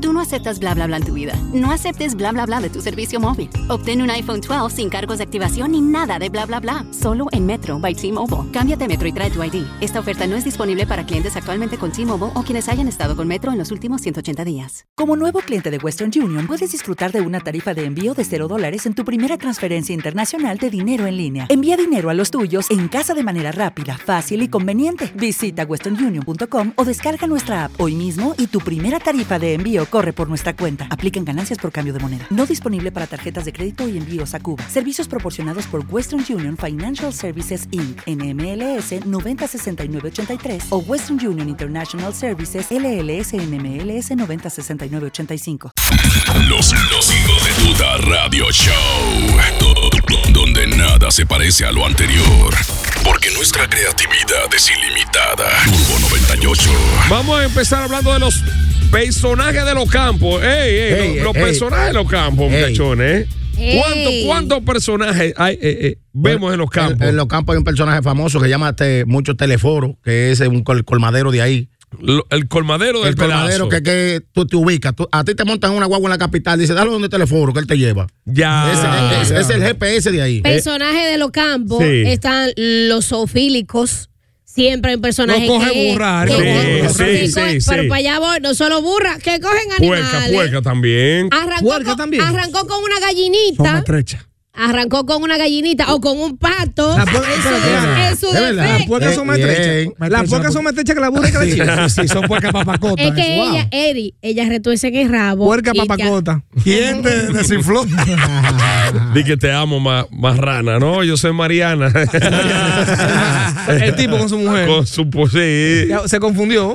Tú no aceptas bla bla bla en tu vida. No aceptes bla bla bla de tu servicio móvil. Obtén un iPhone 12 sin cargos de activación ni nada de bla bla bla. Solo en Metro by T-Mobile. Cámbiate a Metro y trae tu ID. Esta oferta no es disponible para clientes actualmente con T-Mobile o quienes hayan estado con Metro en los últimos 180 días. Como nuevo cliente de Western Union, puedes disfrutar de una tarifa de envío de 0 dólares en tu primera transferencia internacional de dinero en línea. Envía dinero a los tuyos en casa de manera rápida, fácil y conveniente. Visita westernunion.com o descarga nuestra app hoy mismo y tu primera tarifa de envío corre por nuestra cuenta. Aplican ganancias por cambio de moneda. No disponible para tarjetas de crédito y envíos a Cuba. Servicios proporcionados por Western Union Financial Services Inc. NMLS 906983 o Western Union International Services LLS NMLS 906985. Los, los hijos de duda radio show. Do- do- Donde nada se parece a lo anterior. Porque nuestra creatividad es ilimitada. Turbo 98. Vamos a empezar hablando de los personajes de los campos. Ey, ey, Ey, los, los ey. personajes de los campos, Ey. muchachones. ¿eh? Ey. ¿Cuántos cuántos personajes hay, eh, eh, vemos en los campos? En, en los campos hay un personaje famoso que llama te- mucho Teleforo, que es eh, un col- colmadero de ahí. Lo- el colmadero del El colmadero pedazo. que, que tú te ubicas. tú- a ti te montan una guagua en la capital, dice, dale donde Teleforo, que él te lleva. Ya. Ese- e, ese- ese es el GPS de ahí. Personaje de los campos sí. están los zoofílicos. Siempre hay un personaje Lo coge que, burra, que- lo coge que- burra. que Sí, coge- sí, pero sí. para allá voy, no solo burra, que cogen animales. Ah. puerca, puerca también. Arrancó, Puerca con, también. arrancó con una Son gallinita, maltrechas. arrancó con una gallinita o con un pato. La puer- Eso pero es- espérate. es su Es verdad. defecto. Las puercas son Eh, más bien. trechas. Más Las trechas, puercas son más trechas que la burra y que la Sí, chica. sí, sí, son puercas papacotas. Es que Wow. ella, Eri, ella retuerce en el rabo. Puerca y ya- papacota. ¿Quién te desinfló? Di que te amo más, más rana, ¿no? Yo soy Mariana. El tipo con su mujer. Con su pues, sí. Ya se confundió.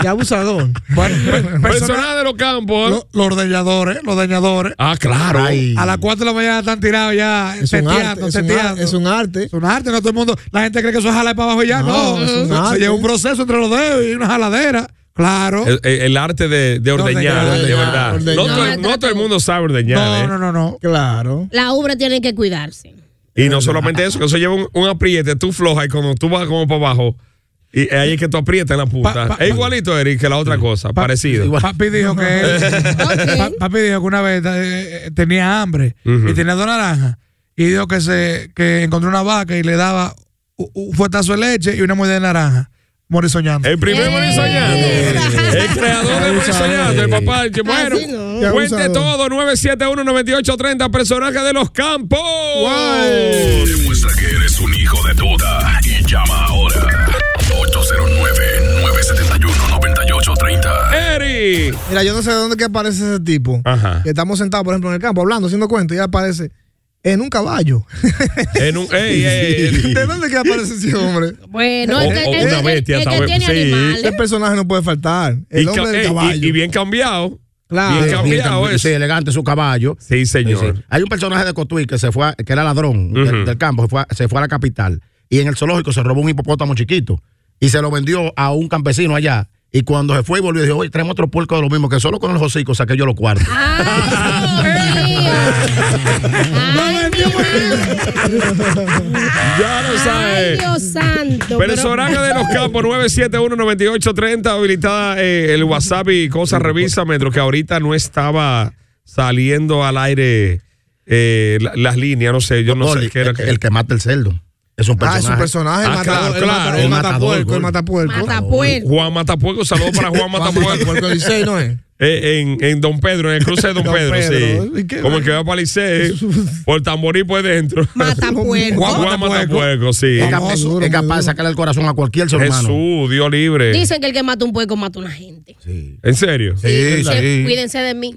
Qué abusador. Bueno, Personaje de los campos. Lo- los dañadores, los dañadores. Ah, claro. Ay. A las 4 de la mañana están tirados ya, Es un, arte, seteando, es, un seteando. arte, es un arte. Es un arte, no todo el mundo. La gente cree que eso es jalar para abajo y ya. No, No, es un Se- se arte. lleva un proceso entre los dedos y una jaladera. Claro. El, el- el arte de, de ordeñar, de de, ordeñar, verdad. ordeñar. No, todo, el- no todo el mundo sabe ordeñar. ¿eh? No, no, no, no. Claro. La obra tiene que cuidarse. Y no solamente eso, que eso lleva un, un apriete, tú floja y cuando tú vas como para abajo, y ahí es que tú aprietas en la punta. Pa- pa- es igualito, Eric, que la otra cosa, parecido. Papi dijo que Pa- papi dijo que una vez eh, eh, tenía hambre Ujú. y tenía dos naranjas y dijo que se que encontró una vaca y le daba u- un fuetazo de leche y una mordida de naranja. Morí soñando. El primer Eh. Morisoñando, el creador de Morisoñando, el papá del Bueno, Así no. Qué cuente abusador. todo, 971-9830, personaje de los campos. Demuestra que eres un hijo de duda. Y llama ahora. 809-971-9830. Eric. Mira, yo no sé de dónde que aparece ese tipo. Ajá. Que estamos sentados, por ejemplo, en el campo hablando, haciendo cuentos, y aparece en un caballo. En un, ey, ey, ¿De dónde que aparece ese hombre? Bueno, O- el que, o el- una el- bestia, el que tal vez. tiene Sí. animales. Ese personaje no puede faltar. ey. El Y, hombre ca- del ey, caballo. y- y bien cambiado. claro. Ah, bien Sí, cambiado sí, eso. elegante su caballo. Sí, Sí, señor. sí. Hay un personaje de Cotuí que se fue, a- que era ladrón de- Ujú. del campo, se fue, a, se fue a la capital y en el zoológico se robó un hipopótamo chiquito y se lo vendió a un campesino allá. Y cuando se fue y volvió, dijo, oye, traemos otro puerco de lo mismo, que solo con los hocicos saqué yo los cuartos. Ay, Dios mío. Ya lo Ay, sabes. Dios santo. Personaje de los campos 9719830 habilitada eh, el WhatsApp y cosas revisa metro que ahorita no estaba saliendo al aire eh, la- las líneas no sé yo no Goli, sé qué era el, que- el que mata el cerdo. Es un Ah, es personaje. un personaje. Ah, el matador, claro, claro. El El matador, matapuerco. El gol. matapuerco. Matapuerco. Juan Matapuerco saludo para Juan Matapuerco Matapuerco Licey, ¿no es? eh, en, en Don Pedro en el cruce de Don, Don Pedro, Pedro, sí ¿y qué? como el que va para Licey por tamborí por dentro Matapuerco. Juan, Matapuerco sí Es capaz, Famoso, es capaz de sacarle el corazón a cualquier ser humano. Jesús Dios libre Dicen que el que mata un puerco mata una gente. Sí. en serio Sí, Entonces, sí. Cuídense de mí.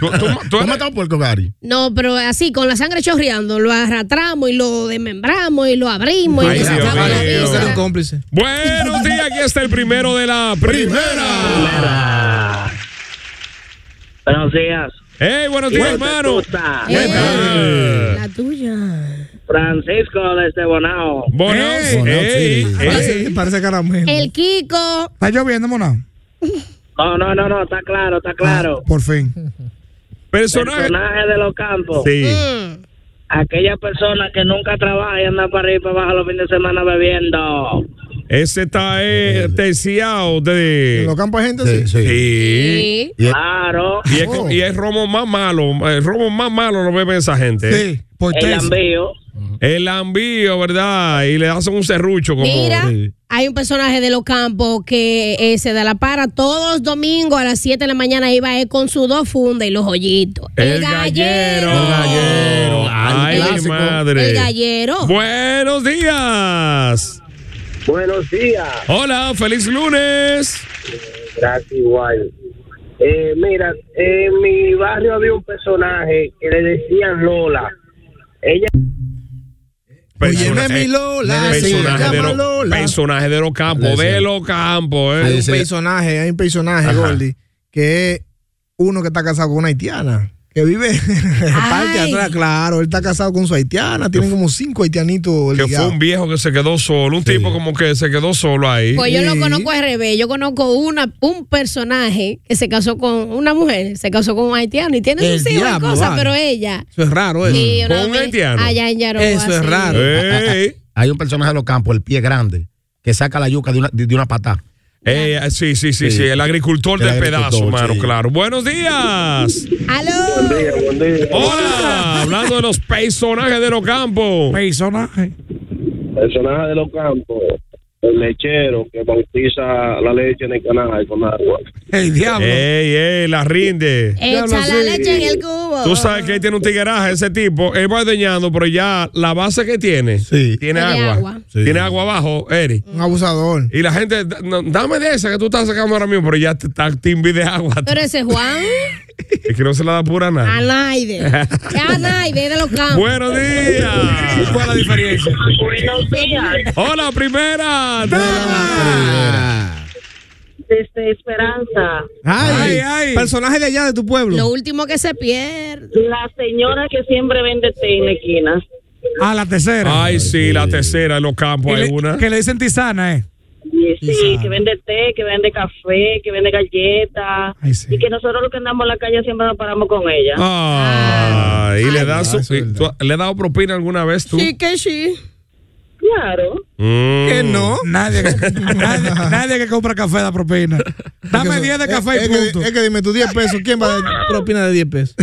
¿Tú, tú- tú ¿Tú has eres- matado un puerco, Gary? No, pero así, con la sangre chorreando, lo arrastramos y lo desmembramos y lo abrimos Ay, y le Dios sacamos la mío. víscera. Ser un cómplice. Buenos días, aquí está el primero de la primera. Buenos días. ¡Ey, buenos días, hermano! Eh, tal? La tuya. Francisco desde Bonao. Bonos, Ey, ey, ey. Parece, parece caramelo. El Kiko. Está lloviendo, mona. No, no, no, no, está claro, está Ah, claro. Por fin. Personaje. Personaje de los campos. Sí. Mm. Aquella persona que nunca trabaja y anda para arriba y para abajo los fines de semana bebiendo. Ese está eh, terciado En de. los campos hay gente Sí, sí. sí. Sí. Sí. Y es- Claro. Y es, co- y es romo más malo. El romo más malo lo bebe esa gente. ¿eh? Sí, por El tres. envío. El ambío, ¿verdad? Y le hacen un serrucho como. Mira, Sí. hay un personaje de los campos que eh, se da la para todos los domingos a las 7 de la mañana iba él con sus dos fundas y los hoyitos. El gallero. El gallero. Ay, El mi clásico. madre. El gallero. Buenos días. Buenos días. Hola, feliz lunes. Gracias, igual. Eh, mira, en mi barrio había un personaje que le decían Lola. Ella Persona- mi Lola, eh, sí, personaje, de llama los- Lola. personaje de los campos, Sí. de los campos. eh. Hay un Ese- personaje, hay un personaje, Gordy, que es uno que está casado con una haitiana. Que vive en el parque Ay. atrás, claro. Él está casado con su haitiana. Tienen como cinco haitianitos Que fue ligados. un viejo que se quedó solo, un tipo como que se quedó solo ahí. Pues yo lo Sí. conozco al revés. Yo conozco una, un personaje que se casó con una mujer, se casó con un haitiano y tiene El sus hijos y diablo, cosas, vale. pero ella. Eso es raro, eso. y ¿Con una un vez haitiano? Allá en Yaroa, Eso es sí. raro. Ey, Hay un personaje de los campos, el pie grande, que saca la yuca de una, de, de una patada. ey, eh, sí, sí, sí, sí, Sí. el agricultor El del agricultor, pedazo, mano, sí. claro. Buenos días. ¡Aló! Hola, hablando de los personajes de los campos. Pues Personaje. personaje de los campos, el lechero que bautiza la leche en el canal con agua. El diablo. Ey, ey, la rinde. Echa la leche en el cubo. Tú sabes que él tiene un tigueraje, ese tipo. Él va ordeñando, pero ya la base que tiene, Sí. tiene Tiene agua. agua. Sí. Tiene agua abajo, Eri. Un abusador. Y la gente, "Da- no, dame de esa que tú estás sacando ahora mismo, pero ya te está timbi de agua. Pero ese es Juan Es que no se la da pura nada. Anaide. Es Anaide de los campos. Buenos días. ¿Cuál es la diferencia? Hola, primera. Desde Esperanza, Ay, ay. Personaje de allá de tu pueblo. Lo último que se pierde. la señora que siempre vende té en la esquina. Ah, la tercera. Ay, sí, la tercera en los campos que, hay le, una. que le dicen tisana, eh. Sí, sí, que vende té, que vende café, que vende galletas. Ay, sí. Y que nosotros los que andamos en la calle siempre nos paramos con ella. Ah, y le da su, eso es verdad. ¿tú- ¿Le he dado propina alguna vez tú? Sí que sí. Claro. Mm. que no. Nadie, nadie, nadie que compra café da propina. Dame 10 de café y eh, Es que- punto. Es que dime, tus 10 pesos, ¿quién va a dar propina de 10 pesos?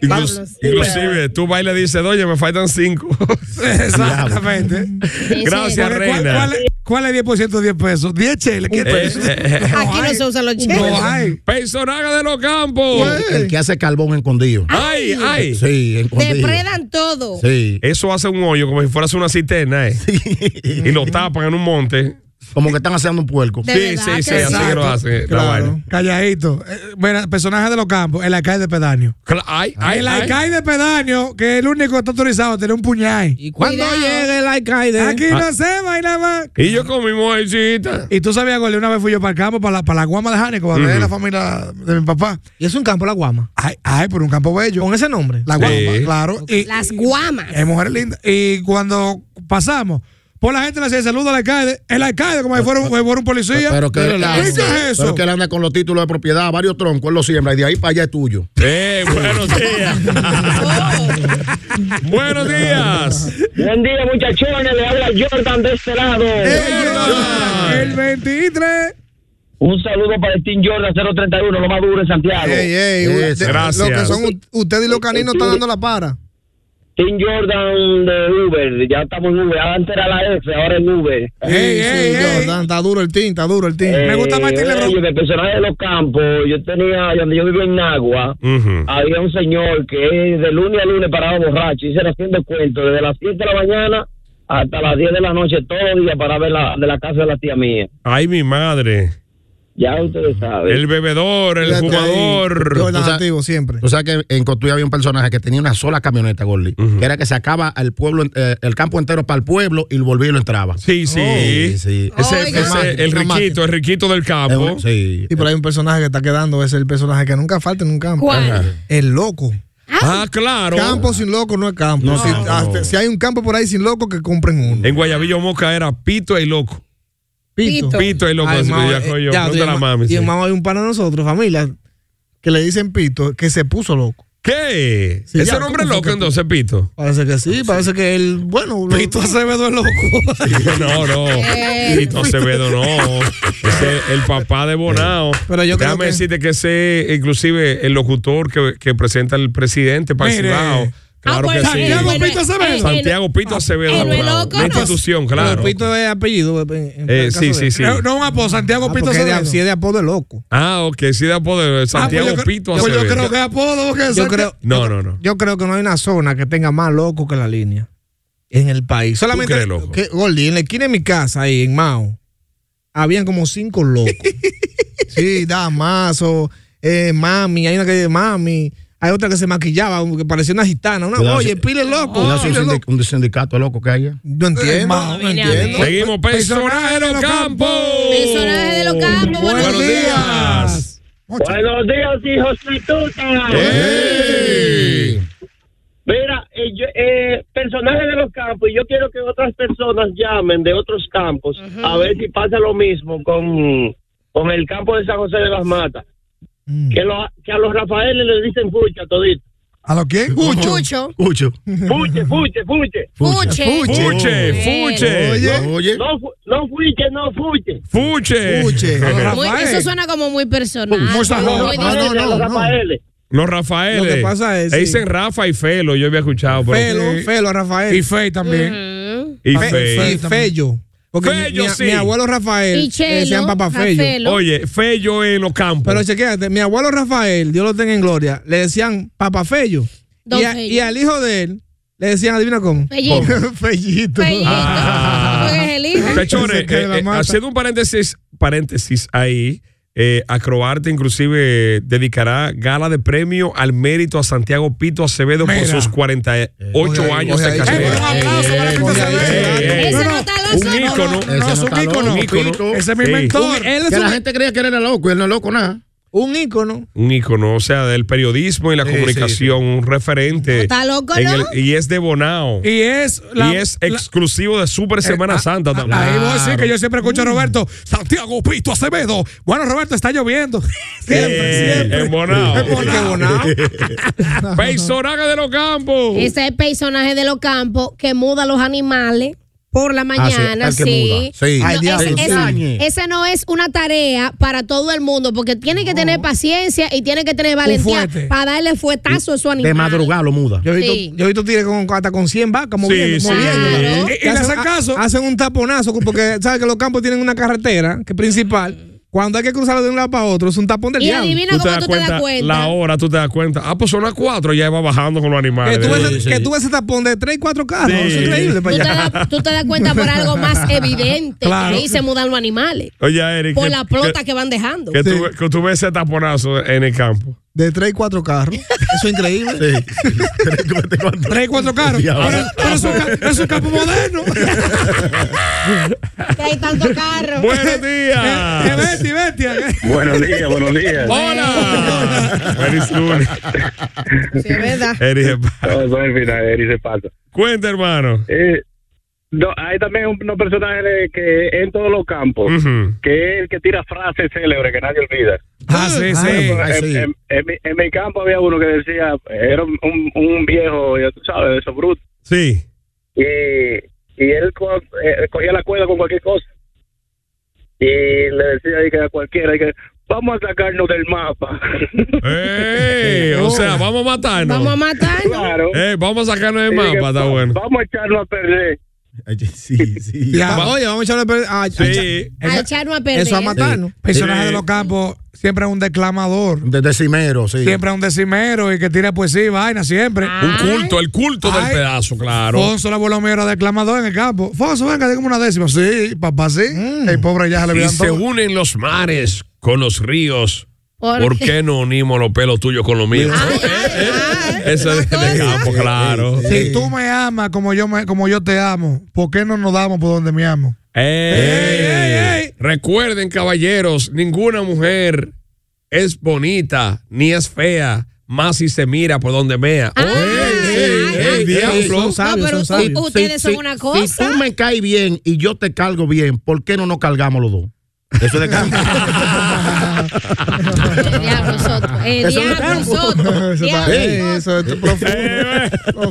Inclus- inclusive, tú vas y le dices, oye, me faltan cinco. Exactamente. sí. Gracias, Porque ¿cuál, reina. cuál, es- cuál es 10% de 10 pesos? 10 cheles. ¿Qué pesos? eh, eh. Aquí no se usan los cheles. No hay. Personaje de los campos. El, el que hace carbón encondido. Ay, ay. Sí, encondido. Depredan todo. Sí. Eso hace un hoyo como si fuera una cisterna, ¿eh? Y lo tapan en un monte. Como que están haciendo un puerco. De Sí, verdad sí, que sí, así que lo hacen. eh, la vaina. Calladito. Eh, mira, personaje de los campos, el alcalde de Pedaño. Cla- Ay, ay, El ay. alcalde de Pedaño, que es el único que está autorizado a tener un puñal. Cuando llegue el alcalde. Aquí no se baila más. Y yo con mi mujercita. Ah. Y tú sabías, Gole, una vez fui yo para el campo, para la, para la Guama de Jánico, para ver la familia de mi papá. Y es un campo, la guama. Ay, ay, por un campo bello. Con ese nombre. La Guama, Sí. claro. Y, Las guamas. Es mujer linda. Y cuando pasamos, por la gente le hacía saludo al alcalde. El alcalde, como si fuera un, como si fuera un policía. Pero que, él ¿Qué es eso? pero que él anda con los títulos de propiedad, varios troncos, él los siembra y de ahí para allá es tuyo. Eh, buenos días. Oh. buenos días. Buen día, muchachones. Le habla Jordan de este lado. Eh. Jordan. el 23. Un saludo para el Team Jordan 031, lo más duro en Santiago. Ey, ey, Eso. usted- Gracias. Lo que son u- usted y los caninos están dando la para. Team Jordan de Uber. Ya estamos en Uber. Antes era la F, ahora es Uber. Ey, Sí, ey, ey. sí, Jordan, está duro el team, está duro el team. Eh, Me gusta más Tim LeBron. Oye, de personaje de los campos, yo tenía, donde yo vivo en Nagua, Ujú. había un señor que de lunes a lunes paraba borracho y se le haciendo cuento desde las 7 de la mañana hasta las 10 de la noche todos los días para ver la, de la casa de la tía mía. Ay, mi madre. Ya ustedes saben. El bebedor, el Fíjate ahí, jugador. Jordan O sea, activo siempre. Tú sabes que en Cotuí había un personaje que tenía una sola camioneta, Gordy, que era que sacaba el pueblo, eh, el campo entero para el pueblo y volvía y lo entraba. Oh. Sí, sí. Sí, sí. Ese, Oiga. ese- el Una máquina. riquito, el riquito del Es campo. un- sí. Y por ahí un personaje que está quedando, es el personaje que nunca falta en un campo. ¿Cuál? El loco. Ah, claro. Campo sin loco no es campo. si, Eh, hasta- si hay un campo por ahí sin loco, que compren uno. En Guayabillo Moca era Pito y Loco. Pito. Pito es loco. Ay, así, Mao, ya, eh, coño, ya, pregúntale y a en- mami, Y en sí. Mao hay un pana de nosotros, familia, que le dicen Pito, que se puso loco. ¿Qué? Sí, Ese ya, nombre es ¿cómo fue loco que- entonces, Pito. Parece que sí, parece que él, bueno, lo- Pito Acevedo es loco. No, no. Eh. Pito Acevedo, no. Ese es el papá de Bonao. Pero yo creo Déjame que- decirte que ese, inclusive, el locutor que, que presenta el presidente para el Mire. Cibao. Claro que bueno, sí. él no es- Santiago Pito Acevedo. él- él- Santiago Pito Ah, Acevedo. él no es Bonao. loco, Una no. institución, claro. Pero Pito es apellido. en- en Eh, el sí, caso sí, de- sí. No, no un apodo, Santiago Ah, Pito porque es de- si Acevedo. es de apodo es loco. Ah, ok, sí de apodo. eh, Ah, pues Santiago yo creo- Pito pues Acevedo. Yo creo que es apodo. porque Yo Santiago- creo, No, no, no. yo creo que no hay una zona que tenga más loco que la línea en el país. Solamente crees, loco? que Gordy, en la esquina de mi casa ahí en Mao, habían como cinco locos. sí, Damaso, eh, mami, hay una que dice mami, hay otra que se maquillaba, que parecía una gitana. Una, Cuidado, oye, sí. pile loco, Cuidado, pile es un, loco. sindi- un sindicato loco que haya. No Eh, entiendo, Mao, no vine a entiendo. Seguimos, personaje de los campos. Personaje de los campos, buenos Buenos días. Buenos días, hijos prostitutas. ¿Eh? ¡Ey! Mira, eh, yo, eh, personaje de los campos, y yo quiero que otras personas llamen de otros campos a ver si pasa lo mismo con, con el campo de San José de las Matas. Que, lo- que a los Rafaeles le dicen pucha todito. ¿A lo quién? Mucho. Cucho. Puche, puche, puche. Puche. Fuche, fuche. Oye. No, fu- no fuche, no fuche. Fuche. Escuche. Muy- eh. eso suena como muy personal. Muy Los distinto. Rafaeles, Ah, los no, no. Rafaeles. Los Rafaeles. Lo que pasa es, Le sí. dicen Rafa y Felo, yo había escuchado. pero- Felo, Felo a Rafael. Y Fey también. Ujú. Y Fe- Fe. sí, Fello. Porque mi- Fello, mi, sí. mi abuelo Rafael Y eh, se llama Chelo, Papá Fello. Rafelo. Oye, Fello en los campos. Pero chequéate, mi abuelo Rafael, Dios lo tenga en gloria, le decían Papá Fello. Don Y, a- Fello. y al hijo de él le decían, adivina cómo. Fellito. Fellito. Fellito. Ah. Porque es el hijo. Tachones, Ese que eh, la eh, mata. haciendo un paréntesis, paréntesis ahí, eh, Acroarte inclusive dedicará gala de premio al mérito a Santiago Pito Acevedo por Mira. sus 48 Oye, años oye, de ahí. Eh, un carrera. aplauso para Pito Oye, Acevedo. ey, ey. Ese No, no no, está Un loco. ícono. No, es un ícono. Un ícono. Ese es mi Sí. mentor. Él es Que la un, gente creía que él era loco y él no es loco nada. un ícono. Un ícono, o sea, del periodismo y la comunicación, un referente. No, está loco, en ¿no? el- y es de Bonao. Y, Y es la- es la- exclusivo de Super Semana Eh, Santa ah, ah, también. Ahí voy a decir Claro. que yo siempre escucho a Mm. Roberto. Santiago Pito Acevedo. Bueno, Roberto, está lloviendo. Eh, siempre, siempre. en Bonao. Qué bonao. Ah. Peisonaga de los campos. Ese es el personaje de los campos que muda los animales por la Ah, sí, mañana, tal que sí. muda. Sí. Ay, No, diablo, ese- sí. esa, esa no es una tarea para todo el mundo, porque tiene que tener paciencia y tiene que tener valentía fuete. para darle fuetazo a su animal. De madrugada lo muda. Yo he visto, Sí. yo he visto tigres con, hasta con 100 vacas moviendo. sí. Eh, moviéndola. Claro. Y- y Que le hacen ha- caso. Hacen un taponazo porque sabes que los campos tienen una carretera que es principal. Cuando hay que cruzarlo de un lado para otro, es un tapón del Y diablo. adivina cómo tú te das cuenta. La hora tú te das cuenta. Ah, pues son las 4 ya va bajando con los Que animales. tú, ves, Sí, sí. que tú ves ese tapón de 3, 4 carros. Sí. Eso es increíble. Tú para te, allá. das, tú te das cuenta por algo más evidente Claro. que ahí se mudan los animales. Oye, Eric. Por que- la plota que, que, van dejando. que tú, que tú ves ese taponazo en el campo. De 3, 4 carros. Eso es increíble. Tres, cuatro carros. Diablo. Pero, pero es, un, ca- es un campo moderno. Que hay tanto carro. Eh, Buenos Que días. bestia, bestia. Buenos días, buenos eh, días. Hola. Feliz lunes. Sí, es verdad. Eric, Epa. Todo el final, Eri se pasa. cuenta, hermano. Eh, no, hay también un- unos personajes que en todos los campos, Ujú. que es el que tira frases célebres que nadie olvida. Ah, sí, sí. Ah, en, sí. en- en mi, en mi campo había uno que decía, era un, un- un viejo, ya tú sabes, de esos brutos, Sí. y, y él co- eh, cogía la cuerda con cualquier cosa. Y le decía ahí que a cualquiera, y que vamos a sacarnos del mapa. Ey, o sea, vamos a matarnos. Vamos a matarnos. claro. Ey, vamos a sacarnos Y del dije, mapa, está "Va- bueno. Vamos a echarnos a perder. Ay, Sí, sí. Ya, oye, vamos a echarle per- a- a- Sí. A echarnos a perder. Eso a matarnos. Personaje Sí. de los campos siempre es un declamador. De decimero, sí. Siempre es un decimero y que tira poesía y vaina, siempre. Ah. Un culto, el culto del Ay. pedazo, claro. Fonso, el abuelo mío, era declamador en el campo. Fonso, venga, dígame una décima. Sí, papá, sí. El pobre ya se le Y veían se todo. unen los mares con los ríos. ¿Por ¿Por qué? qué no unimos los pelos tuyos con los míos? Ay, ay, ay. Eh, Eso es de, Ah, Una de cosa. campo, claro. Si tú me amas como yo, me, como yo te amo, ¿por qué no nos damos por donde me amo? Ey, ey, ey. Recuerden, caballeros, ninguna mujer es bonita ni es fea, más si se mira por donde mea. Ah, Ey, ey, diablo. son sabios, No, pero son sabios. u- ustedes son una cosa. Si tú me caes bien y yo te cargo bien, ¿por qué no nos cargamos los dos? Eso es de campo. El diablo Soto. Eso El no es eh, diablo campo. Eso Soto. está- Diablo. ey, eso es profundo.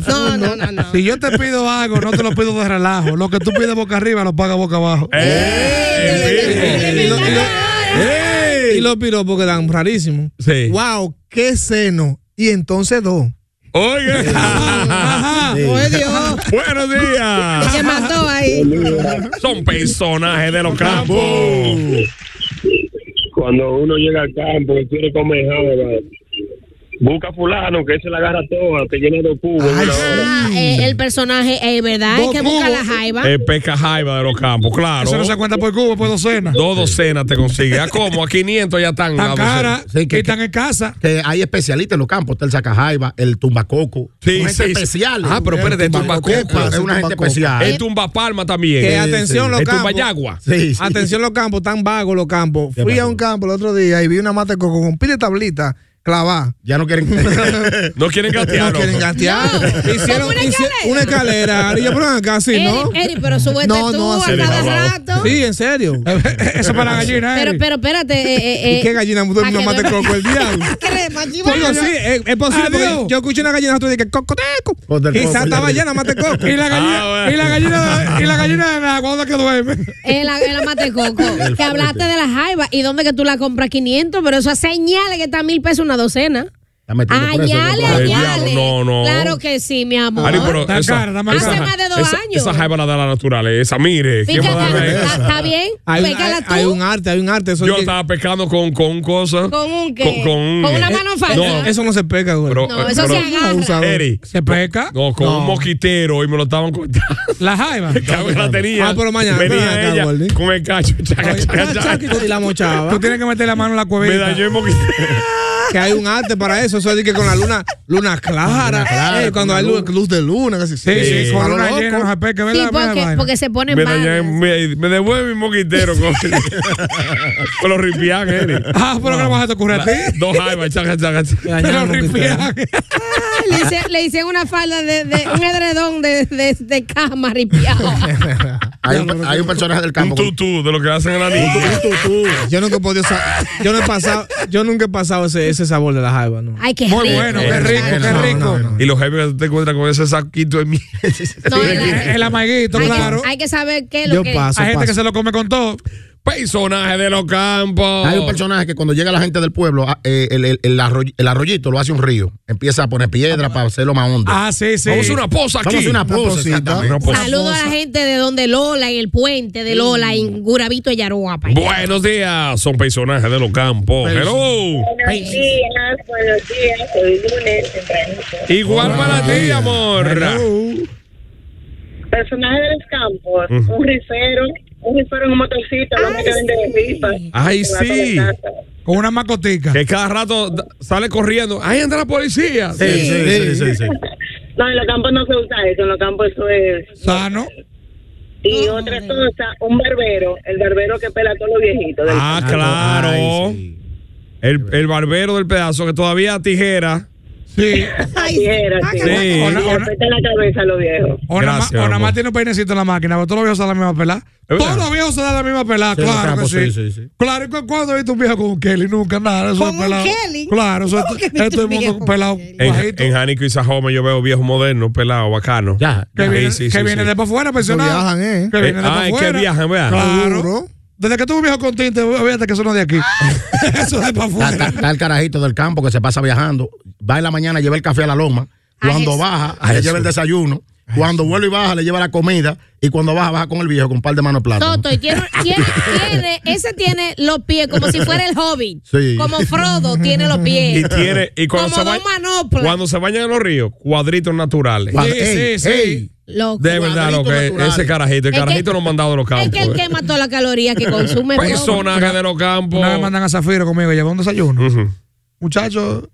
No, no, no, no. Si yo te pido algo, no te lo pido de relajo. Lo que tú pides boca arriba, lo paga boca abajo. Ey, Y lo- y lo- Y los piropos quedan rarísimos. Sí. Wow, qué seno. Y entonces dos. pues, Oiga. Por Dios. Buenos días. Se mató ahí. Son personajes de los campos. Cuando uno llega al campo y quiere comer java, busca a fulano que se la agarra toda, te llena de cubos. en una hora. Ah, eh, el personaje, eh, ¿verdad? Es que busca la jaiba. Es pesca jaiba de los campos, claro. Eso no se cuenta por cubo, por docena. Dos docenas te consigue. ¿A cómo? A 500 ya están. Tan las cara docenas. Sí, que- y tan escasa. que hay especialistas en los campos. Está el sacajaiba, el tumbacoco. Son Sí, gente sí, sí. especial. Ah, pero espérate, el tumbacoco. Eh, Es una gente El especial. tumba palma también. Que Eh, atención los El campos. tumbayagua. Sí, sí. Atención los campos, tan vagos los campos. ¿Qué Fui a pasó? un campo el otro día y vi una mata de coco con pila de tablita clavada. Ya no quieren. No quieren gatear. No loco. quieren gastear. No, Hicieron ¿como una hici- escalera? una escalera. Y yo, pero acá sí, ¿no? Eri, Eri, pero súbete No, tú no, a así cada de babado. rato. Sí, en serio. Eso para la gallina, Pero, Eri. pero espérate. eh, eh, eh. ¿Y qué gallina tú Pa' me que mate no- coco el diablo? Crema, chiva. Digo, sí, es, es posible. porque Adiós. Yo escuché una gallina tú dije, cocoteco. Con del coco, Quizás ya estaba vi. llena mate coco. Y la gallina, Ah, bueno. y la gallina, y la gallina de la guarda que duerme. En la, en la mate coco. que hablaste de la jaiba. ¿Y dónde que tú la compras? 500, pero eso señala que está a mil pesos una docena. Está metiendo preso, Añale, ¿no? Ay, añale. diablo, no, no. Claro que sí, mi amor. Ari, pero Está esa- cara, está más esa- cara. Hace más de dos esa- años. Esa jaiba la da la naturaleza. Mire, ¿quién va a darle Fíjate, esa? ¿está está bien? Hay, un- Pégala hay- tú. hay un arte, hay un arte. Eso, Yo que- estaba pescando con, con cosas. ¿Con un qué? Con, con- Con una mano fácil. No, eso no se pega, güey. pero- eh, No, eso pero- se agarra. Abusador. Eri, Se peca. no, con un mosquitero y me lo estaban cortando. La jaiba. Cago en la tenía. Ah, pero mañana, Venía ven acá, ella Gordy. con el cacho. chaca, chaca, Ah, chaca. chaquito, y la mochaba. Tú tienes que meter la mano en la Me cuevita. dañó el mosquitero. que hay un arte para eso. Eso es de que con la luna, luna clara. eh, cuando hay luz, luz de luna, que sí, Sí, sí, Sí. con a lo una loco. llena no se peca, Sí, ¿verdad? ¿Verdad, porque, vaina? porque se pone Me mal. dañé, me, me devuelve mi moquitero con, con los ripián, Eri. Ah, pero que no vas a te ocurrir a ti. Dos jaibas, chaca, chaca, chaca. Pero dañaron que ripián. Ay, Ah, le, hice- le hicieron una falda de, de- un edredón de, de, de cama ripiado. Hay un, hay un personaje del Un campo. con- tutú de lo que hacen en la niña. Yo nunca he podido sa- yo no he pasado, yo nunca he pasado ese, ese sabor de la jaiba, no. Ay, qué Muy rico. bueno, Eh, qué rico, eh, qué no, rico. no, Y los jefes que tú te encuentras con ese saquito de mí. No, El, el amaguito, hay, claro. que, hay que saber qué es lo Yo que paso, Hay gente que paso. se lo come con todo. Personaje de los campos. Hay un personaje que cuando llega la gente del pueblo, ah, eh, el, el- el arroy- el arroyito lo hace un río. Empieza a poner piedra para hacerlo más hondo. Ah, sí, sí. Vamos a hacer una posa aquí. Vamos a hacer una posa, posita. exactamente. Una posa. Saludo a la gente de donde Lola, en el puente de Lola, en Gurabito de Yaroapa. Buenos días, son personajes de los campos. Hello. Buenos días, buenos días. Hoy lunes tempranito. Igual para ti, amor. Personaje de los campos, un rifero, un rifero en un motorcito, el hombre que vende pipas. Ay, que va con el sí. tazo. Con una macotica. Que cada rato da- sale corriendo. Ahí entra la policía. sí, sí, sí, sí. No, en los campos no se usa eso, en los campos eso es. Sano. Y otra cosa, un barbero, el barbero que pela a todos los viejitos. del- Ah, claro. El, el barbero del pedazo que todavía tijera. Sí. Tijera, sí. Sí. Y le peta la cabeza a los viejos. O nada más- Gracias, o nada amor. más tiene un peinecito en la máquina, pero todos los viejos se dan la misma pelada. verdad. Todos los viejos se dan la misma pelada, Sí, claro los que capos, sí. sí, sí, sí. Claro, ¿cu- ¿cuándo he visto un viejo con un Kelly? Nunca, nada. Eso ¿Con es un pelado. Kelly? Claro, eso ¿Cómo es que he todo visto el un viejo mundo con pelado, Kelly? En, bajito. en Jánico y Sajoma yo veo viejos modernos, pelados, bacanos. Ya. Que Sí, vienen sí, que sí, vienen sí. de para afuera, pensionados. viajan, ¿eh? Que vienen de Eh, para ah, es que afuera. viajan, vea. Claro. Seguro. Desde que tú viejo con tinte, fíjate que eso no es de aquí. eso es de para Está, está- afuera. está el carajito del campo que se pasa viajando. Va en la mañana, lleva el café a la loma. Ay, Cuando Jesús. baja, le Ay, Jesús. lleva el desayuno. Cuando vuelve y baja, le lleva la comida. Y cuando baja, baja con el viejo con un par de manos de plátano. Toto, y tiene, tiene, tiene- ese tiene los pies como si fuera el hobbit. Sí. Como Frodo tiene los Y pies. tiene, y cuando Como se, dos baña- manoplas. cuando se bañan en los ríos, cuadritos naturales. Cuando- Sí, ey, sí, ey, Loco. De verdad, lo que naturales. ese carajito, el Es que- carajito nos mandado de los Es que él campos. eh. quema toda la caloría que consume. todo. Personaje de los campos. Una vez mandan a Zafiro conmigo, lleva un desayuno. Ujú. muchacho,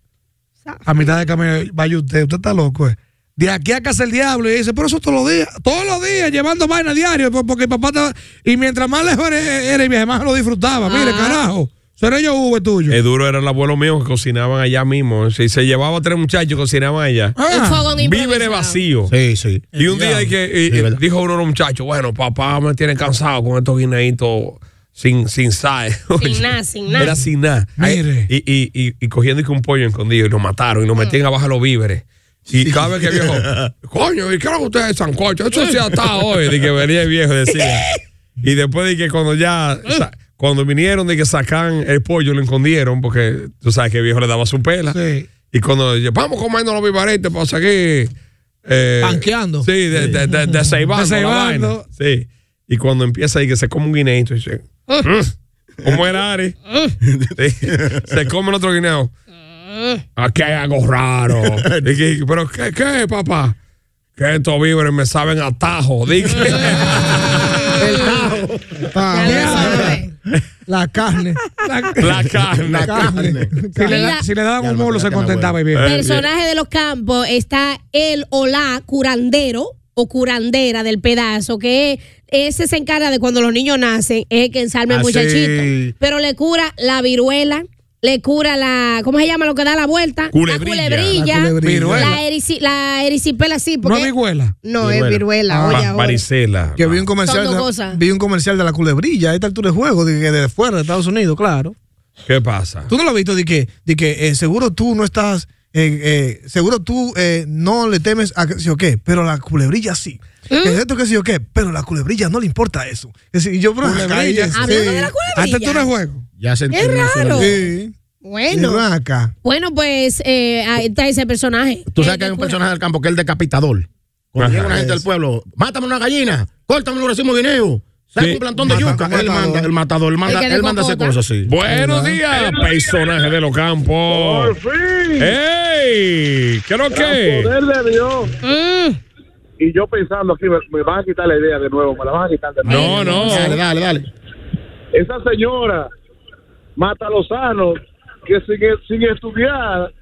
a mitad de camino, vaya usted, usted está loco, eh. De aquí a casa el diablo, y dice, pero eso todos los días, todos los días, llevando Ah. vaina diario, po- porque mi papá estaba, y mientras más lejos era, era el viaje, más lo disfrutaba, mire, carajo. ¿Será yo Uber tuyo? Es duro, era el abuelo mío que cocinaban allá mismo. eh. Si se llevaba a tres muchachos, cocinaban allá. Ah. Ah, Un fogón Víveres improvisado. vacío. Sí, sí. Y un día hay que, y- y dijo uno de los muchachos, bueno, papá me tiene cansado con estos guineitos sin, sin sal. Oye, Sin nada, sin nada. Era sin nada. Mire. Y, y, y, y cogiendo y que un pollo escondido y nos mataron y nos Mm. metían abajo a los víveres. Y cada vez que el viejo, coño, ¿y qué era que ustedes sancocho? Eso se está hoy. De que venía el viejo, decía. Y después de que cuando ya, sa- cuando vinieron de que sacan el pollo, lo escondieron, porque tú sabes que el viejo le daba su pela. Sí. Y cuando yo, vamos comiendo los vivaretes para seguir. Eh, Panqueando. Sí, de, de, de, deseibando la Deseibando. vaina. Sí. Y cuando empieza ahí que se come un guineito, dice, "Mm, ¿cómo era Ari? Sí. Se come el otro guineo. Aquí hay algo raro. Dije, ¿Pero qué, qué, papá? Que estos víveres me saben atajo. Dije. Ah, Ya lo mira. sabe. La carne. La, La carne. la carne. Si, le da- si le daban un molo, se contentaba y bien. Eh. Personaje de los campos está el o la curandero o curandera del pedazo, que ese se encarga de cuando los niños nacen, es el que ensalma el Ah, muchachito. sí. Pero le cura la viruela, le cura la, ¿cómo se llama lo que da la vuelta? Culebrilla. La culebrilla. La La, culebrilla. Viruela. erici- la ericipela, sí. No Porque, hay vihuela. No, es viruela, oye, Va- ahora. Ah, varicela. Que vi un comercial, Son dos de, cosas. vi un comercial de la culebrilla a esta altura de juego, de, que de fuera de Estados Unidos, claro. ¿Qué pasa? Tú no lo has visto de que, de que eh, seguro tú no estás, eh, eh, seguro tú eh, no le temes a que sí o qué, pero la culebrilla sí. ¿Eh? Que esto que sí o qué, pero la culebrilla no le importa eso. Es decir, yo, pero acá, Culebrilla. ella- Hablando sí. de la Hasta tú no culebrilla. juego. Ya se Es raro. Sí. Bueno. Y ven acá. Bueno, pues eh, ahí está ese personaje. Tú sabes El que hay un cura. personaje del campo que es el decapitador. Ajá. Cuando llega una gente del pueblo, mátame una gallina, córtame un racimo de guineo, saca Sí. un plantón de Mata- yuca. Él matador. manda, el matador, él manda, El que él manda hacer decapota. cosas así. Buenos días, personaje de los Por campos. fin. ¡Ey! ¿Qué es lo que? Gran poder de Dios. Mm. Y yo pensando aquí, me, me van a quitar la idea de nuevo, me la van a quitar de nuevo. No, no. Dale, dale, dale. Esa señora, Mata Lozano, que sin, sin estudiar,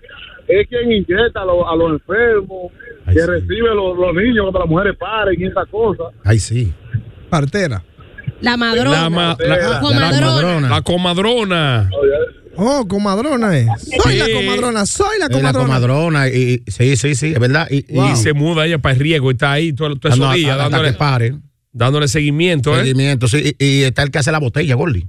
es quien inyecta a, los- a los enfermos, Ay, que sí. recibe los, los niños cuando las mujeres paren y esas cosas. Ay, sí. Partera. La madrona. La, ma- la- la- Comadrona. la comadrona. Oh, comadrona es. Soy la Sí. comadrona, soy la Es la comadrona. comadrona. Y, y- sí, sí, sí, es verdad. Y, y- Y se muda ella para el riego y está ahí todo- todos Ah, no, esos días hasta dándole, que pare. dándole seguimiento, ¿eh? Seguimiento, sí. Y, y está el que hace la botella, Gordy.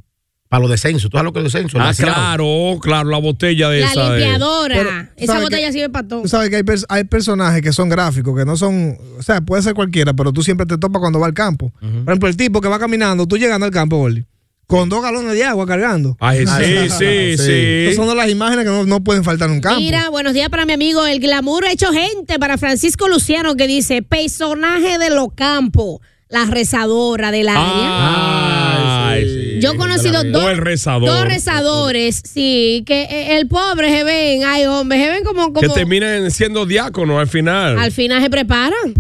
Para los descensos. ¿Tú sabes lo que es descenso? Ah, Las llaves. claro, claro, la botella de La esa. de- limpiadora. Pero, Esa ¿sabe botella qué? sirve para todo. Tú sabes que hay, pers- hay personajes que son gráficos, que no son, o sea, puede ser cualquiera, pero tú siempre te topas cuando va al campo. Por ejemplo, el tipo que va caminando, tú llegando al campo, Oli, con dos galones de agua cargando. Ay, sí, Sí. sí, Ah, sí. Esas son las imágenes que no, no pueden faltar en un campo. Mira, buenos días para mi amigo El Glamour hecho gente para Francisco Luciano que dice personaje de los campos, la rezadora del Ah, área. Ay, sí. Yo he conocido vida. dos, O el rezador. dos rezadores, sí, que eh, el pobre se ven, ay hombre, se ven como, Que como terminen siendo diácono al final. al final se preparan.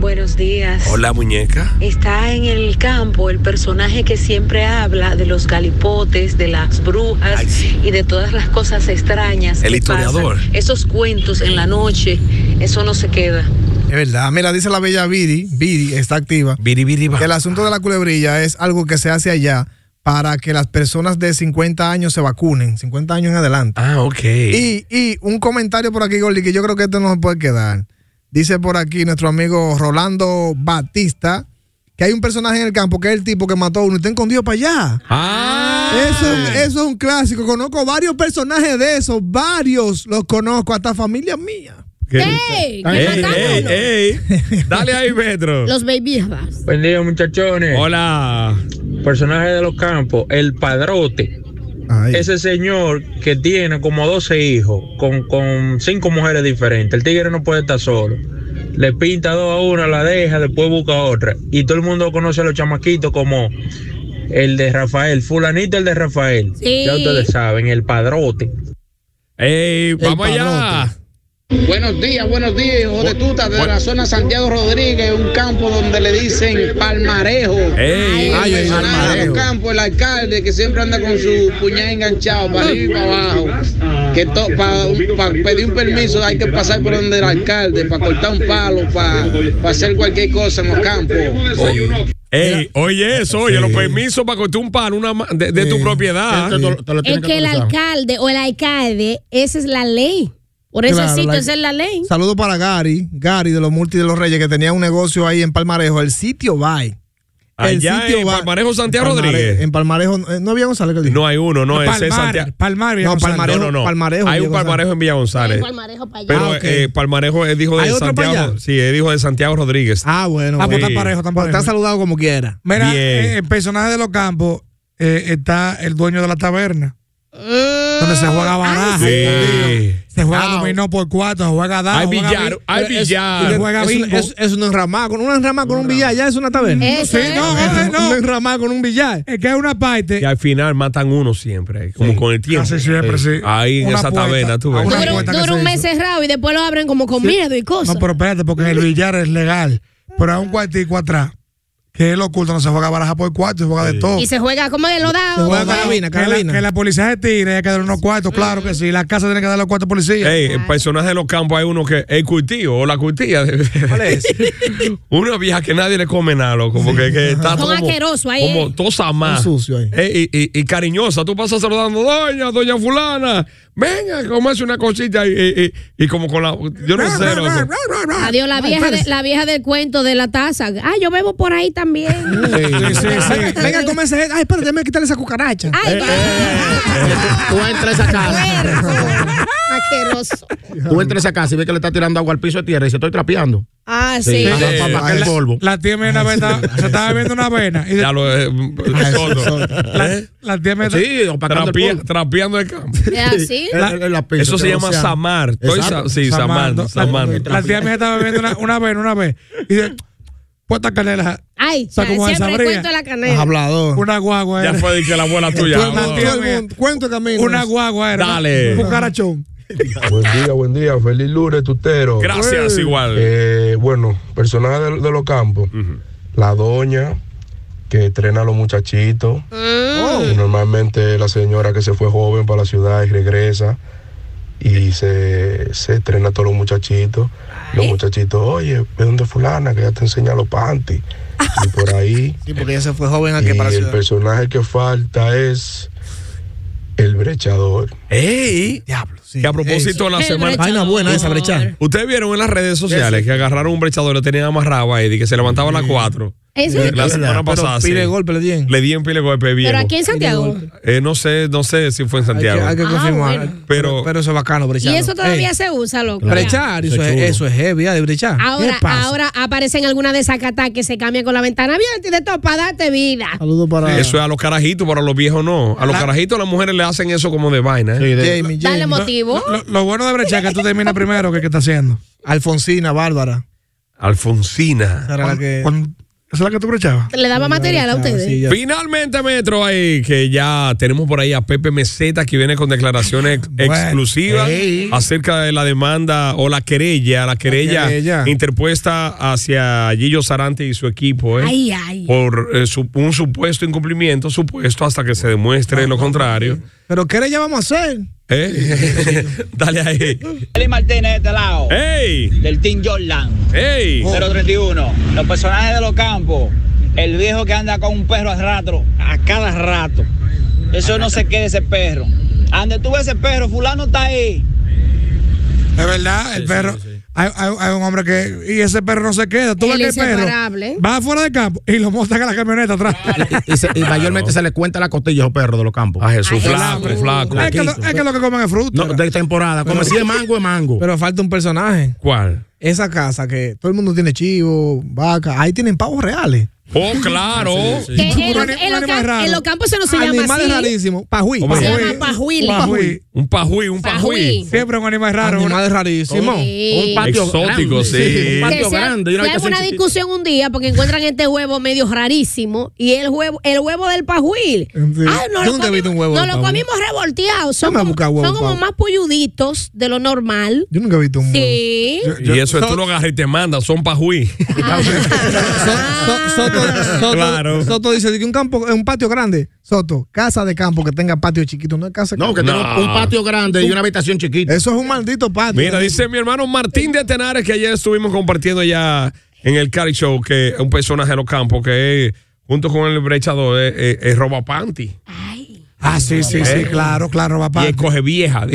Buenos días. Hola, muñeca. Está en el campo el personaje que siempre habla de los galipotes, de las brujas Ay, sí. y de todas las cosas extrañas. El que historiador. pasan. Esos cuentos en la noche, eso no se queda. Es verdad, mira, dice la bella Viri, Viri está activa, Biri, biri, va. que el asunto de la culebrilla es algo que se hace allá para que las personas de 50 años se vacunen, 50 años en adelante. Ah, ok. Y, y un comentario por aquí, Gordy, que yo creo que este no se puede quedar. Dice por aquí nuestro amigo Rolando Batista que hay un personaje en el campo que es el tipo que mató a uno y está escondido para allá. Ah. Eso, eso es un clásico. Conozco varios personajes de esos, varios los conozco, hasta familia mía. ¿Qué? ¡Ey! Ey, ¡Que mataron! ey, ey. Dale ahí, Pedro. Los baby Javas. Buen día, muchachones. Hola. Personaje de los campos, el padrote. Ay. Ese señor que tiene como 12 hijos con, con cinco mujeres diferentes. El tigre no puede estar solo. Le pinta dos a una, la deja, después busca otra. Y todo el mundo conoce a los chamaquitos como el de Rafael, fulanito el de Rafael. Sí. Ya ustedes saben, el padrote. Ey, vamos allá. Buenos días, buenos días, hijo de tuta, de la zona Santiago Rodríguez, un campo donde le dicen palmarejo. Ey, Un ay, ay, personaje de ay. los campos, el alcalde que siempre anda con su puñal enganchado para arriba y para abajo. Que para pedir un permiso hay que pasar por donde el alcalde, para cortar un palo, para hacer cualquier cosa en los campos. Ey, oye eso, oye, los permisos para cortar un pan una ma- de, de tu propiedad. Es que el alcalde o el alcalde, esa es la ley. Por eso Claro, existe, la- esa es la ley. Saludos para Gary, Gary de los Multi de los Reyes, que tenía un negocio ahí en Palmarejo, el sitio Bay. Allá en Palmarejo, Santiago Rodríguez. En Palmarejo, eh, no había González. que dijo? No hay uno, no, ese es Santiago. Palmar, Villa no, González. Palmarejo, no, no. Palmarejo, Hay Villa un González. Palmarejo en Villa González. Pero Ah, ok. eh, Palmarejo es hijo de ¿Hay otro para Santiago. allá? Sí, es hijo de Santiago Rodríguez. Ah, bueno. Ah, pues bueno. está parejo, Pues Está saludado como quiera. Mira, Bien. eh, el personaje de los campos eh, está el dueño de la taberna. Donde se Ah, juega baraja. Sí. Se juega dominó por cuatro, se juega dado. Hay juega billar, bi- hay eh, es- billar. Se juega Es- bingo. es- es un enramado, con un enramado con un billar, ya es una taberna. Eso Sí, es. no, eh, no. Un enramado con un billar. Es que hay una parte. Y al final matan uno siempre, como con el tiempo. Casi siempre, sí. Ahí en Una esa puerta, taberna, tú a ves. una Sí. puerta que Dura se un hizo. mes cerrado y después lo abren como con miedo y cosas. No, pero espérate, porque en el billar es legal. Pero hay un cuartico atrás que es lo oculto, no se juega baraja por cuarto, se juega de todo. Y se juega como de lo dado. Todo, que la- Que la, policía se tire, hay que dar unos cuartos, claro que sí. La casa tiene que dar los cuartos policías. Ey, el personaje de los campos hay uno que el cultivo o la cultilla. ¿Cuál es? Una vieja que nadie le come nada, loco, porque que está Son todo como, asquerosos ahí, eh. como tosa más. Son sucios ahí. Ey, y, y- y cariñosa, tú pasas saludando, doña, doña fulana, venga, comerse una cosita y, y- y- y como con la... Yo Ah, no sé, loco. Adiós, la vieja, de- la vieja del cuento de la taza. Ah, yo bebo por ahí también. Sí, sí, sí. Venga a comerse. Ay, espérate, déjame quitarle esa cucaracha. Ay, Tú entras a esa casa. Ah, asqueroso. Tú entras a esa casa y ves que le está tirando agua al piso de tierra y se estoy trapeando. Ah, Sí, sí. sí. Papá, papá, que el polvo. La tía me una vena, se estaba bebiendo una vena. Y de- Ya lo eh, sordo. ¿Eh? la tía me Sí, opacando el trapea- polvo. trapeando el campo. ¿Es Eh, así? El- el- el lapicero, Eso se que llama lo sea. samar. Estoy Exacto. sa- sí, samar, Samando. samar. La, la tía me estaba bebiendo una, una vena, una vez. Y de, pues, puesta canela. Ay, sea, como siempre el desabría. cuento de la canela. Hablador. Una guagua eh. Ya era. fue de que la abuela tuya. Todo el vamos. mundo- Todo el mundo, Cuento camino. Una guagua era. Dale. Un carachón. Buen día, buen día. Feliz lunes, tutero. Gracias, igual. Eh, bueno, personaje de, de los campos. La doña que entrena a los muchachitos. Oh. Y Oh. Normalmente la señora que se fue joven para la ciudad y regresa y se, se entrena a todos los muchachitos. Los muchachitos, oye, ¿de dónde fulana? Que ya te enseña los panties. Y por ahí. Sí, porque ella se fue joven y aquí para la el ciudad. personaje que falta es el brechador. ¡Ey! Diablo, sí. Que a propósito, la El semana. brechador. Vaina buena esa brechada. Ustedes vieron en las redes sociales que agarraron un brechador, lo tenían amarrado ahí, de que se levantaba a las 4. Eso es- La semana pasada. sí. Pile golpe, le di en. Le di en pile golpe bien. Pero aquí en Santiago. Eh, no sé, no sé si fue en Hay Santiago. que, hay que Ah, confirmar. bueno. Pero- Pero, pero eso es bacano, brechar. Y eso todavía se usa, loco. Brechar, eso, es, eso es heavy, ah, de brechar. Ahora, ¿Qué pasa? ahora aparecen algunas de Zacatá que se cambian con la ventana abierta y de todo para darte vida. Saludos para. Eso es a los carajitos, para los viejos no. A los carajitos las mujeres le hacen eso como de vaina. ¿eh? Sí, de- Jamie, Dale Jamie. motivo. Lo, lo- lo bueno de brechar es que tú terminas primero que el que está haciendo. Alfonsina, Bárbara. Alfonsina. Esa era la que. Ah, Cuando- ¿Esa es la que tú brechabas? Le daba material a ustedes. Sí, ya- Finalmente, Metro, ahí que ya tenemos por ahí a Pepe Meseta que viene con declaraciones ex- Bueno, exclusivas ey. acerca de la demanda o la querella, la querella, querella. interpuesta hacia Gillo Sarante y su equipo. ¿eh? Ay, ay. por eh, su- un supuesto incumplimiento, supuesto hasta que se demuestre lo contrario. Pero ¿qué le ya vamos a hacer? ¿Eh? Dale ahí. Eli Martínez de este lado, ¡Ey! del Team Jordan, ¡Ey! 031. Los personajes de los campos, el viejo que anda con un perro a rato, a cada rato. Eso no se quede ese perro. Ande tú ves ese perro, fulano está ahí. Es verdad, el perro. Hay, hay- hay un hombre que. Y ese perro no se queda. Tú ves El que el perro. inseparable. Va afuera del campo y lo montan en la camioneta atrás. y, se- y mayormente se le cuenta la costilla a los perros de los campos. A Jesús Ay, Flaco, Jesús. Flaco. es, que lo, es que lo que comen es fruta. No, de temporada. Como si es mango, es mango. Pero falta Ah, un eh. personaje. ¿Cuál? Esa casa que todo el mundo tiene chivo, vaca, ahí tienen pavos reales. Oh, claro. Eh, Que eh, en, Un los- ani- en un los animal cam- raro. en los campos se nos se llama Animales así. rarísimos. Pajuí. Oh, Se pajuí. llama pajuili. Pajuí. Un pajuí, un pajuí. Pajuí. Siempre un animal raro. Animales rarísimos. Sí. Un patio Exótico, grande. sí. Un Que patio sea- grande. y se arma habitación una chiquita. discusión un día porque encuentran este huevo medio rarísimo y el huevo, el huevo del pajuil. Ay, no lo Nunca he visto un comimos, huevo no del lo pajuil. comimos revolteado. Son Dame a como, buscar huevo son como pajuil. más polluditos de lo normal. Yo nunca he visto un huevo. Sí. Ah. Y eso es tú lo agarras y te mandas, son pajuí. So- Soto, Soto- Claro. Soto dice que un campo, un patio grande. Soto, casa de campo que tenga patio chiquito, no es casa. de No, campo. que No. tenga un patio grande y una habitación chiquita. Eso es un maldito patio. Mira, dice mi hermano Martín de Tenares que ayer estuvimos compartiendo ya en el Cari Show que es un personaje de los campos que es, junto con el brechador es, es- es roba panty. Ah, sí, sí, sí, Eh. claro, claro, papá. Y él coge vieja.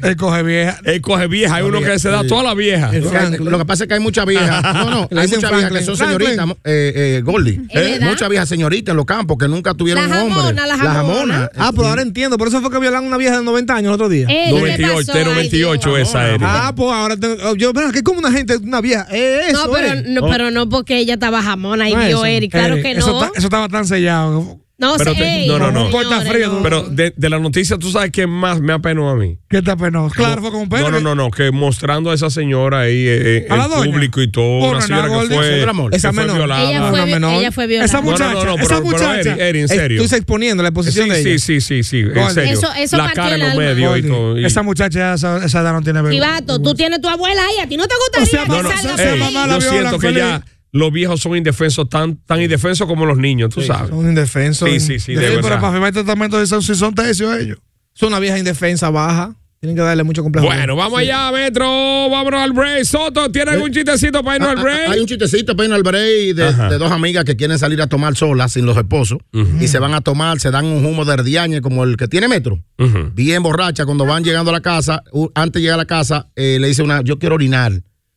Él coge vieja. Él coge vieja. Hay uno que se da toda la vieja. Lo que- Lo que pasa es que hay muchas viejas. No, no, Le hay dicen muchas viejas Franklin. que son Franklin. señoritas, mo- eh, eh, Goldie. ¿Es Eh, verdad? Muchas viejas señoritas en los campos que nunca tuvieron La un hombre. jamona, la jamona. Ah, pero ahora entiendo. Por eso fue que violaron a una vieja de 90 años el otro día. Ey, Eh, ¿qué 98, pasó? 028 esa era. Ah, pues ahora tengo, yo, pero que como una gente, una vieja. Eh, eso no, pero es. no, pero no porque ella estaba jamona y No es vio eso. Eric. Claro Eh, que eso no. está- eso estaba tan sellado. No Pero sé. te- ey, no, no, no. señores, no. Pero de, de la noticia, ¿tú sabes quién más me apenó a mí? ¿Qué está penoso? Claro, fue con No, no, no, no, que mostrando a esa señora ahí eh, eh, ¿A la en doña? público y todo, Oh, una no, señora no, que Goldie, fue, señora Mol. que Esa fue menor. violada. Ella fue Una vi- menor. ella fue violada. Esa No, no, muchacha, no, no, esa pero- pero muchacha. Eri, Eri, en es- serio. Tú estás exponiendo la exposición Sí, de sí, ella. sí, sí, sí, en Goldie. serio. Eso- eso la partió cara en el los alma. medios y Goldie, todo. y- Esa muchacha, esa, esa edad no tiene vergüenza. Chivato, tú tienes tu abuela ahí. A ti no te gustaría No, no, que salga ey, por ahí? yo siento que ya los viejos son indefensos, tan, tan indefensos como los niños, tú sabes. Son indefensos. Sí, sí, sí, de pero verdad. para firmar el tratamiento de son, si son tecios ellos. Son una vieja indefensa baja. Tienen que darle mucho complejo. Bueno, vamos allá, Metro. Vámonos al break. Soto, ¿tiene Eh, algún chistecito para ah, irnos al break? Hay un chistecito para irnos al break de, de dos amigas que quieren salir a tomar solas sin los esposos y se van a tomar, se dan un humo de herdiañe como el que tiene metro. Bien borracha, cuando van llegando a la casa, u- antes de llegar a la casa, eh, le dice una, yo quiero orinar.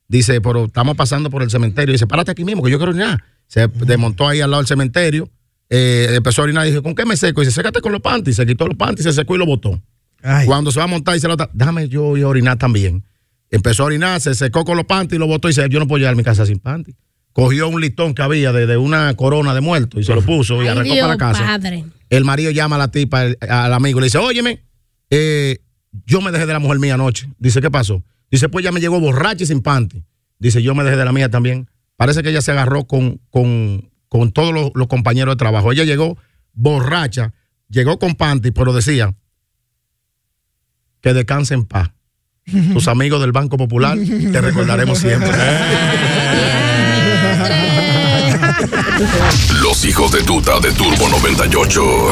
Dice, pero estamos pasando por el cementerio. Dice, párate aquí mismo que yo quiero orinar. Se desmontó ahí al lado del cementerio, eh, empezó a orinar y dice, ¿con qué me seco? Y dice, sécate con los panties. Se quitó los panties, se secó y lo botó. Cuando se va a montar y se lo está, déjame yo ir a orinar también. Empezó a orinar, se secó con los panties, lo botó y dice, yo no puedo llegar a mi casa sin panties. Cogió un listón que había de, de una corona de muerto y se lo puso y Ay, arrancó Dios, para la casa. padre. El marido llama a la tipa, el- al amigo, y le dice, óyeme, eh, yo me dejé de la mujer mía anoche. Dice, ¿qué pasó? Dice, pues ya me llegó borracha y sin panty. Dice, yo me dejé de la mía también. Parece que ella se agarró con, con, con todos los, los compañeros de trabajo. Ella llegó borracha, llegó con panty, pero decía, que descanse en paz. Tus amigos del Banco Popular te recordaremos siempre. Los hijos de tuta de Turbo 98.